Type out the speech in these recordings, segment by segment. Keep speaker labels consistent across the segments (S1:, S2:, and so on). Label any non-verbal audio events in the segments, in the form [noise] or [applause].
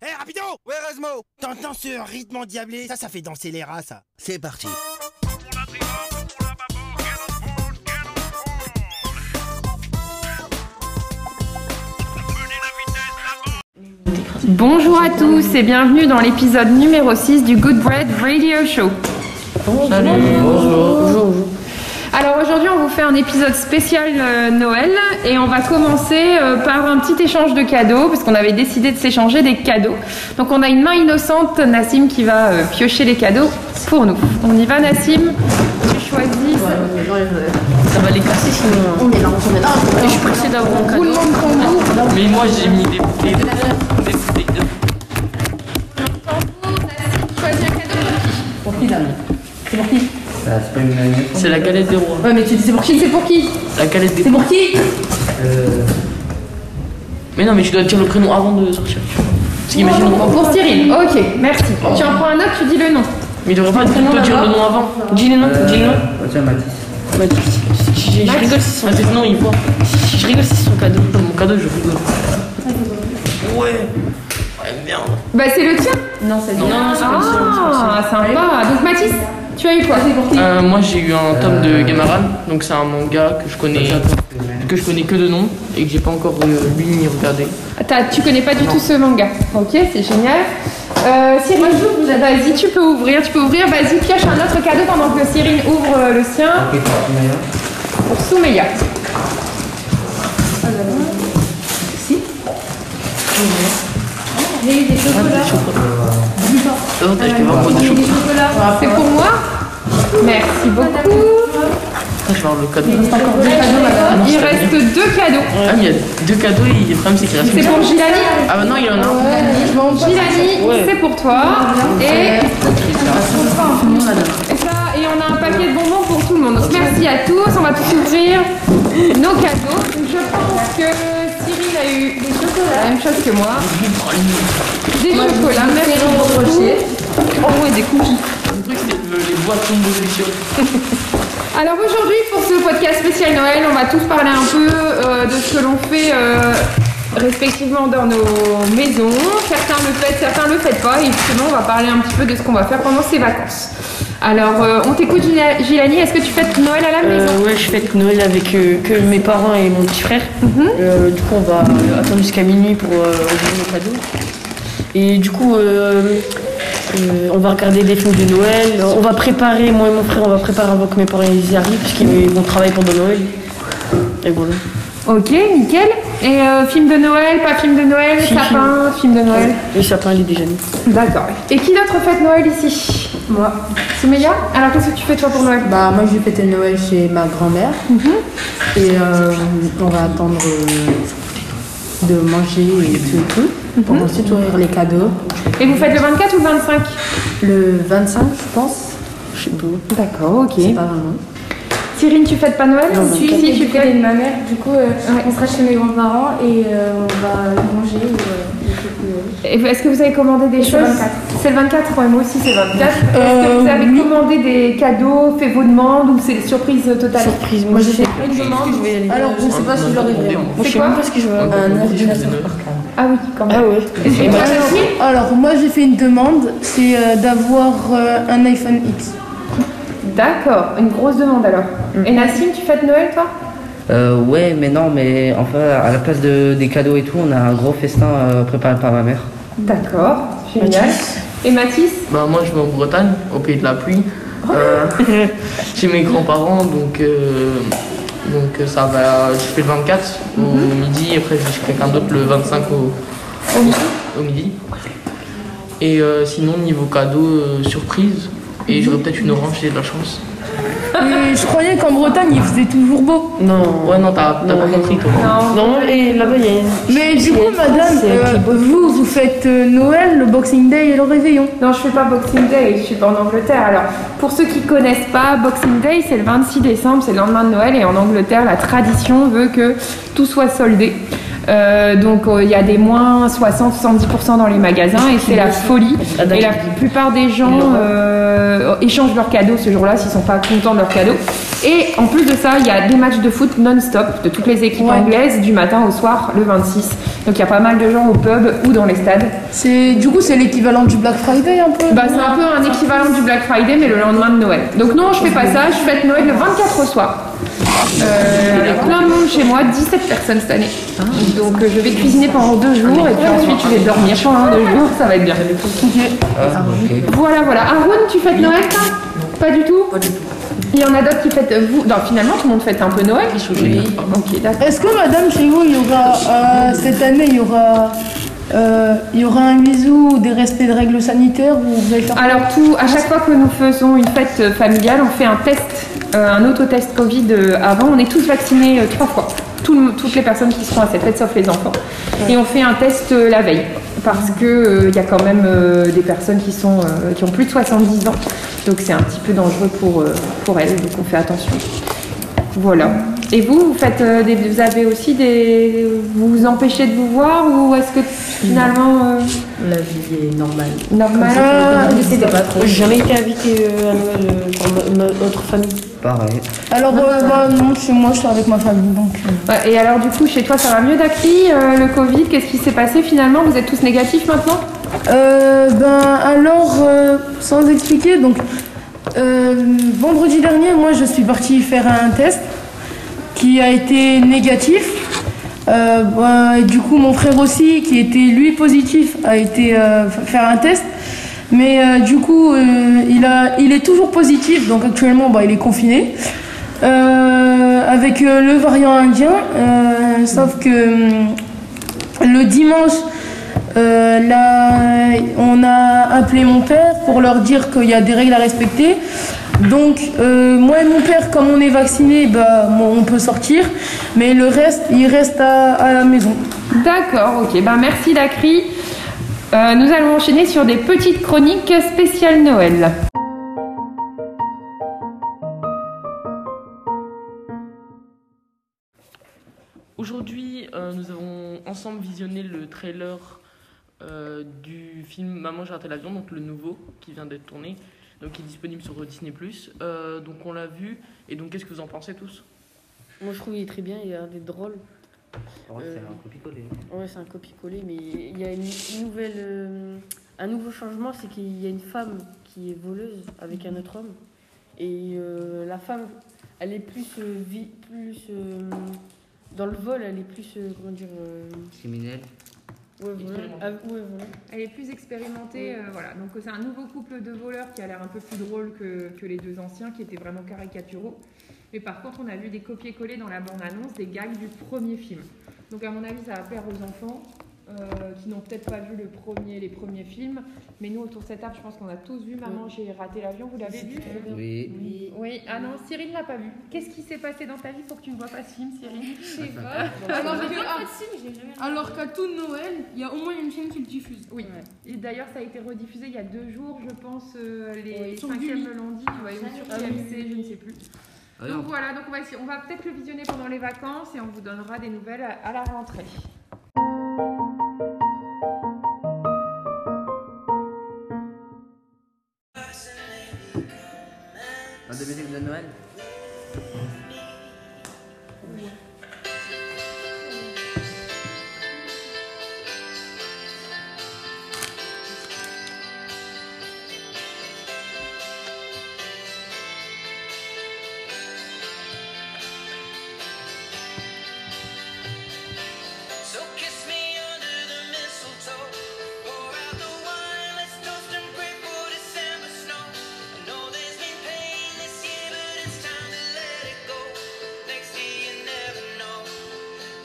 S1: Eh, rapido
S2: Where is Mo
S1: T'entends ce rythme endiablé Ça, ça fait danser les rats, ça.
S3: C'est parti.
S4: Bonjour à tous et bienvenue dans l'épisode numéro 6 du Good Bread Radio Show. Bonjour. Alors aujourd'hui on vous fait un épisode spécial euh, Noël et on va commencer euh, par un petit échange de cadeaux parce qu'on avait décidé de s'échanger des cadeaux. Donc on a une main innocente Nassim qui va euh, piocher les cadeaux pour nous. On y va Nassim, tu choisis.
S5: Ça va les casser sinon. On est là, on est là. Je suis pressée d'avoir un cadeau.
S4: Roulement de tambour.
S5: Mais moi j'ai mis des bouteilles. Des bouteilles de.
S4: Tambour, Nassim, choisis un cadeau pour
S6: Pour qui
S4: qui
S6: là C'est pour qui
S7: Ça, c'est pas une manette.
S5: C'est la galette des rois.
S6: Ouais mais tu dis c'est pour qui C'est pour qui
S5: La galette des
S6: C'est pour qui
S7: Euh,
S5: Mais non, mais je dois dire le prénom avant de sortir. tu vois. Parce qu'imagine on va-
S4: Pour Cyril, ok, merci. Tu en prends un autre, tu dis le nom.
S5: Mais il devrait pas te dire le nom avant. Dis le nom, dis le nom.
S7: oh, tiens, Mathis.
S5: Bah, dis- si- si- si- Je rigole si son cadeau. Non, il voit. Si- si Je rigole si c'est son cadeau. Dans mon cadeau, je rigole. Ouais. Ouais, merde.
S4: Bah c'est le tien
S6: Non c'est
S5: Non, non, c'est pas le tien, c'est pas le tien.
S4: Ah, sympa. Donc Mathis, tu as eu quoi C'est pour qui
S5: Euh, moi j'ai eu un tome de Gamaran, donc c'est un manga que je connais que je connais que de nom et que j'ai pas encore euh, lu ni regardé.
S4: Ah, Tu connais pas du tout ce manga. Ok, c'est génial. Euh, Cyril, vas-y, tu peux ouvrir, tu peux ouvrir. Vas-y, pioche un autre cadeau pendant que Cyril ouvre euh, le sien
S7: Ok, t'as une manette.
S4: pour Soumeya.
S6: J'ai eu des chocolats.
S5: Oh, t'as acheté vraiment des
S6: J'ai eu
S5: chocolats.
S6: des chocolats.
S4: C'est pour moi Merci beaucoup.
S5: Putain, je vais avoir le cadeau.
S6: C'est encore deux cadeaux madame.
S4: Il reste deux cadeaux.
S5: Ah, mais il y a deux cadeaux et le problème c'est qu'il reste
S4: C'est
S5: une
S4: pour Gilani.
S5: Ah bah non, il y en a un.
S6: Je m'en fous.
S4: Gilani,
S5: Ouais.
S4: c'est pour toi. Et
S6: Tout le monde adore.
S4: Et ça, et on a un paquet de bonbons pour tout le monde. Donc merci à tous, on va tout ouvrir nos cadeaux. Donc, Je pense que Cyril a eu des chocolats, la même chose que moi. Des chocolats, merci beaucoup. Oh ouais, des cookies.
S5: Le truc c'est le- les boîtes sont d'évolution.
S4: Alors aujourd'hui, pour ce podcast spécial Noël, on va tous parler un peu euh, de ce que l'on fait euh, respectivement dans nos maisons. Certains le fêtent, certains le fêtent pas. Et justement, on va parler un petit peu de ce qu'on va faire pendant ces vacances. Alors, euh, on t'écoute, Gila- Gilani. Est-ce que tu fêtes Noël à la maison
S5: Euh, ouais, je fête Noël avec euh, que mes parents et mon petit frère.
S8: Mhm.
S5: Euh, du coup, on va euh, attendre jusqu'à minuit pour euh, ouvrir nos cadeaux. Et du coup, euh, euh, on va regarder des films de Noël. On va préparer, moi et mon frère, on va préparer avant que mes parents ils y arrivent, parce qu'ils
S8: Mhm.
S5: vont travailler pendant Noël. Et voilà.
S4: Ok, nickel. Et euh, film de Noël, pas film de Noël,
S5: Si,
S4: sapin, film de Noël.
S5: Les sapins, les déjeuners.
S4: D'accord. Et qui d'autre fête Noël ici
S8: Moi,
S4: Soumeya Alors qu'est-ce que tu fais toi pour Noël
S8: bah moi je vais fêter Noël chez ma grand-mère et euh, on va attendre euh, de manger et tout et tout
S5: Mhm.
S8: pour ensuite ouvrir les cadeaux
S4: Et vous faites le 24 ou le 25
S8: le 25 je pense,
S5: Je sais pas.
S4: D'accord, ok.
S8: c'est pas vraiment.
S4: Cyrine, tu fêtes pas Noël
S8: Non,
S4: Si, si, tu
S9: de
S4: fais.
S9: ma mère, du coup, euh,
S4: Ouais.
S9: on sera chez mes grands-parents et euh, on va manger. et, euh, des trucs, euh,
S4: Et Est-ce que vous avez commandé des
S9: C'est le
S4: choses Euh,
S9: 24.
S4: C'est le 24, ouais, moi aussi c'est le 24. Est-ce que vous avez commandé des cadeaux, fait vos demandes ou c'est surprise totale
S5: Surprise, moi,
S8: Moi j'ai fait
S5: je vais aller.
S8: alors je sais pas si je l'aurais vraiment.
S5: Moi, je sais même pas ce que je veux.
S8: Un ordinateur.
S4: Ah oui, quand même.
S5: Ah ouais.
S4: Et toi, Cyril
S9: Alors, moi j'ai fait une demande, c'est euh, d'avoir euh, un iPhone X.
S4: D'accord, une grosse demande alors. Et Nassim, tu fêtes Noël toi
S3: Euh, ouais, mais non, mais enfin, à la place de, des cadeaux et tout, on a un gros festin euh, préparé par ma mère.
S4: D'accord, génial. Et Mm. Mathis
S5: Bah, moi, je vais en Bretagne, au pays de la pluie, euh, [laughs] chez mes grands-parents, donc, euh, donc euh, ça va. Je fais le 24 au midi, et après, je vais chez quelqu'un d'autre le 25 Mhm. au, au midi. Et euh, sinon, niveau cadeau, euh, surprise, et j'aurai peut-être une orange, j'ai de la chance.
S9: Et je croyais qu'en Bretagne il faisait toujours beau.
S5: Non. Ouais, non, t'as t'as pas compris, toi.
S4: Non.
S5: et là-bas, il y a
S9: Mais du coup, madame, euh, vous, vous faites euh, Noël, le Boxing Day et le Réveillon.
S4: Non, je fais pas Boxing Day, je suis pas en Angleterre. Alors, pour ceux qui connaissent pas, Boxing Day, c'est le 26 décembre, c'est le lendemain de Noël, et en Angleterre, la tradition veut que tout soit soldé. Euh, donc, euh, il y a des moins 60-70% dans les magasins, et c'est la folie.
S5: Ah, d'accord.
S4: Et la plupart des gens euh, échangent leurs cadeaux ce jour-là s'ils sont pas contents de leurs cadeaux. Et en plus de ça, il y a des matchs de foot non-stop de toutes les équipes
S9: Ouais.
S4: anglaises du matin au soir le 26. Donc il y a pas mal de gens au pub ou dans les stades.
S9: C'est du coup c'est l'équivalent du Black Friday un peu.
S4: Bah, c'est un peu un équivalent du Black Friday, mais le lendemain de Noël. Donc, non, je fais pas ça, je fête Noël le 24 au soir. Euh, avec plein de monde chez moi, 17 personnes cette année. Donc, euh, je vais cuisiner pendant deux jours et puis ensuite je vais dormir pendant deux jours, ça va être bien.
S3: Ah, ok.
S4: Voilà, voilà. Haroun, tu fêtes Noël toi Pas du tout Il y en a d'autres qui fêtent. euh, Vous... Non, finalement, tout le monde fête un peu Noël. Oui. Ok, d'accord.
S9: Est-ce que madame chez vous il y aura euh, cette année il y aura euh, il y aura un bisou ou des respects de règles sanitaires ou vous allez faire
S5: Ah,
S4: Alors tout, à chaque fois que nous faisons une fête euh, familiale, on fait un test, euh, un autotest Covid euh, avant. On est tous vaccinés euh, trois fois. Tout le- toutes les personnes qui seront à cette fête, sauf les enfants. Et on fait un test euh, la veille. Parce qu'il y a quand même euh, des personnes qui, sont, euh, qui ont plus de 70 ans. Donc c'est un petit peu dangereux pour, euh, pour elles. Donc on fait attention. Voilà. Et vous, vous, faites, euh, des, vous avez aussi des. Vous vous empêchez de vous voir ou est-ce que finalement.
S6: La vie est normale.
S4: euh, normal
S9: Ah,
S6: trop.
S2: J'ai jamais été invité euh, à Noël euh, par ma- ma- notre famille.
S3: Pareil.
S9: Alors euh, bah, non chez moi je suis avec ma famille donc. euh,
S4: Ouais, Bah, et alors du coup chez toi ça va mieux Dakri Euh, Le Covid, qu'est-ce qui s'est passé finalement Vous êtes tous négatifs maintenant
S9: Euh, ben alors, euh, sans expliquer, donc euh, vendredi dernier, moi je suis partie faire un test qui a été négatif. Euh, ben, et du coup, mon frère aussi, qui était lui positif, a été euh, f- faire un test. Mais euh, du coup, euh, il, a, il est toujours positif, donc actuellement, bah, il est confiné. Euh, avec euh, le variant indien, euh, sauf que hum, le dimanche, euh, là, on a appelé mon père pour leur dire qu'il y a des règles à respecter. Donc, euh, moi et mon père, comme on est vaccinés, bah, bon, on peut sortir. Mais le reste, il reste à, à la maison.
S4: D'accord, ok, ben merci Dakri. Euh, nous allons enchaîner sur des petites chroniques spéciales Noël.
S5: Aujourd'hui, euh, nous avons ensemble visionné le trailer euh, du film Maman, j'ai raté l'avion, donc le nouveau qui vient d'être tourné, donc qui est disponible sur Disney. Euh, donc on l'a vu, et donc qu'est-ce que vous en pensez tous
S2: Moi, je trouve qu'il est très bien, il a l'air d'être drôle.
S7: Par contre, c'est
S2: Euh.
S7: un copier-coller.
S2: Ouais, c'est un copier-coller, mais il y a une une nouvelle, euh, un nouveau changement, c'est qu'il y a une femme qui est voleuse avec un autre homme. Et euh, la femme, elle est plus, euh, vi- plus euh, dans le vol, elle est plus, euh, comment dire, euh,
S7: Criminel.
S2: ouais, voilà.
S5: Expérimentée.
S2: Ah, ouais, voilà.
S4: Elle est plus expérimentée, euh, voilà. Donc c'est un nouveau couple de voleurs qui a l'air un peu plus drôle que, que les deux anciens, qui étaient vraiment caricaturaux. Mais par contre, on a vu des copier-coller dans la bande-annonce des gags du premier film. Donc à mon avis, ça va plaire aux enfants euh, qui n'ont peut-être pas vu le premier, les premiers films. Mais nous, autour de cette table, je pense qu'on a tous vu. Maman, j'ai raté l'avion. Vous l'avez vu
S3: Oui.
S2: Oui.
S4: Oui. Ah non, Cyril ne l'a pas vu. Qu'est-ce qui s'est passé dans ta vie pour que tu ne vois pas ce film, Cyril
S9: Alors qu'à tout Noël, il y a au moins une chaîne qui le diffuse.
S4: Oui. Et d'ailleurs, ça a été rediffusé il y a deux jours, je pense, euh, les
S2: Oui,
S9: sur
S4: cinquièmes
S9: Gulli.
S4: le lundi, tu vois, ou sur TMC, je ne sais plus.
S7: Ah
S4: donc voilà, donc on va, essayer- on va peut-être le visionner pendant les vacances et on vous donnera des nouvelles à, à la rentrée.
S3: Un de mes livres de Noël
S10: So kiss me under the mistletoe. Pour out the wine, let's toast and pray for December snow. I know there's been pain this year, but it's time to let it go. Next year you never know.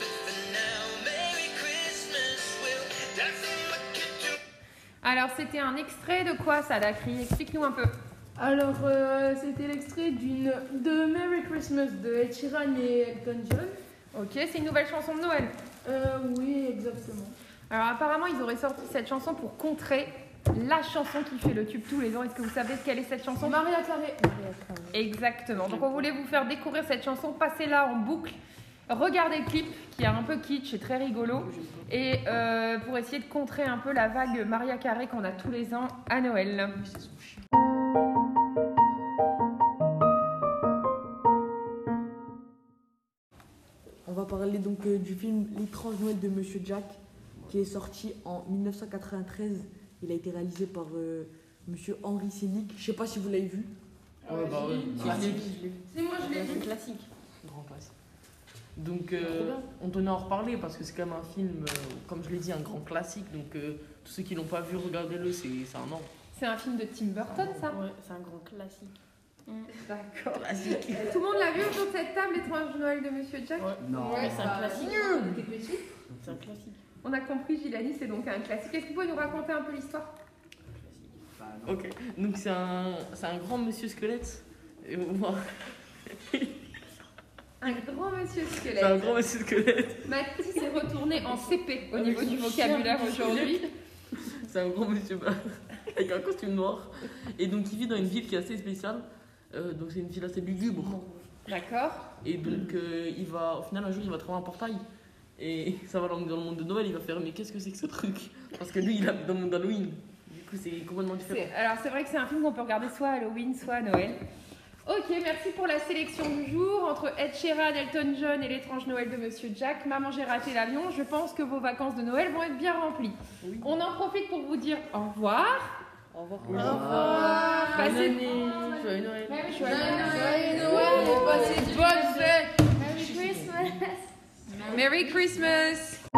S10: But for now, Merry Christmas. We'll dance in my kitchen.
S4: Alors, c'était un extrait de quoi ça, Dakri Explique-nous un peu.
S9: Alors, euh, c'était l'extrait d'une de Merry Christmas de Ed Sheeran et Elton John.
S4: Ok, c'est une nouvelle chanson de Noël.
S9: Euh, oui, exactement.
S4: Alors, apparemment, ils auraient sorti cette chanson pour contrer la chanson qui fait le tube tous les ans. Est-ce que vous savez quelle est cette chanson
S9: Maria Carré.
S4: Exactement. Donc on voulait vous faire découvrir cette chanson, passez-la en boucle, regardez le clip qui est un peu kitsch et très rigolo, et euh, pour essayer de contrer un peu la vague Maria Carré qu'on a tous les ans à Noël.
S11: donc euh, du film L'étrange Noël de Monsieur Jack, qui est sorti en 1993. Il a été réalisé par euh, Monsieur Henri Selick. Je sais pas si vous l'avez vu.
S5: Ouais, bah ouais.
S4: C'est moi, je l'ai vu.
S11: Classique.
S5: Grand classique. Donc, euh, on tenait à en reparler parce que c'est quand même un film, euh, comme je l'ai dit, un grand classique. Donc, euh, tous ceux qui l'ont pas vu, regardez-le, c'est c'est un an.
S4: C'est un film de Tim Burton, ça Mm. Ouais, c'est un grand classique. D'accord. Tout le monde l'a vu autour de cette table, l'étrange Noël de Monsieur Jack
S10: Non.
S4: Ouais,
S10: Mais c'est un
S4: bah,
S10: classique.
S4: nul. On était petits.
S2: C'est un classique.
S4: On a compris, Gilani, c'est donc un classique. Est-ce que vous pouvez nous raconter un peu l'histoire
S5: Ok, donc c'est un, c'est un grand monsieur squelette. Et on voit-
S4: Un grand monsieur squelette.
S5: C'est un grand monsieur squelette.
S4: Mathis est retourné en CP au niveau du vocabulaire aujourd'hui.
S5: C'est un grand monsieur blanc, [laughs] avec un costume noir. Et donc il vit dans une ville qui est assez spéciale. Euh, donc c'est une ville assez lugubre.
S4: D'accord.
S5: Et donc euh, il va, au final un jour il va trouver un portail. Et [laughs] ça va l'emmener dans le monde de Noël, il va faire mais qu'est-ce que c'est que ce truc Parce que lui il habite dans le monde d'Halloween. Du coup c'est complètement différent.
S4: C'est- Alors c'est vrai que c'est un film qu'on peut regarder soit à Halloween, soit à Noël. Ok, merci pour la sélection du jour. Entre Ed Sheeran, Elton John et l'étrange Noël de Monsieur Jack, Maman j'ai raté l'avion, je pense que vos vacances de Noël vont être bien remplies. On en profite pour vous dire au revoir. Au revoir. Au revoir. Passez Joyeux Noël. Joyeux Noël.
S10: Noël.
S4: Passez de bonnes fêtes. Merry Christmas. Merry Christmas.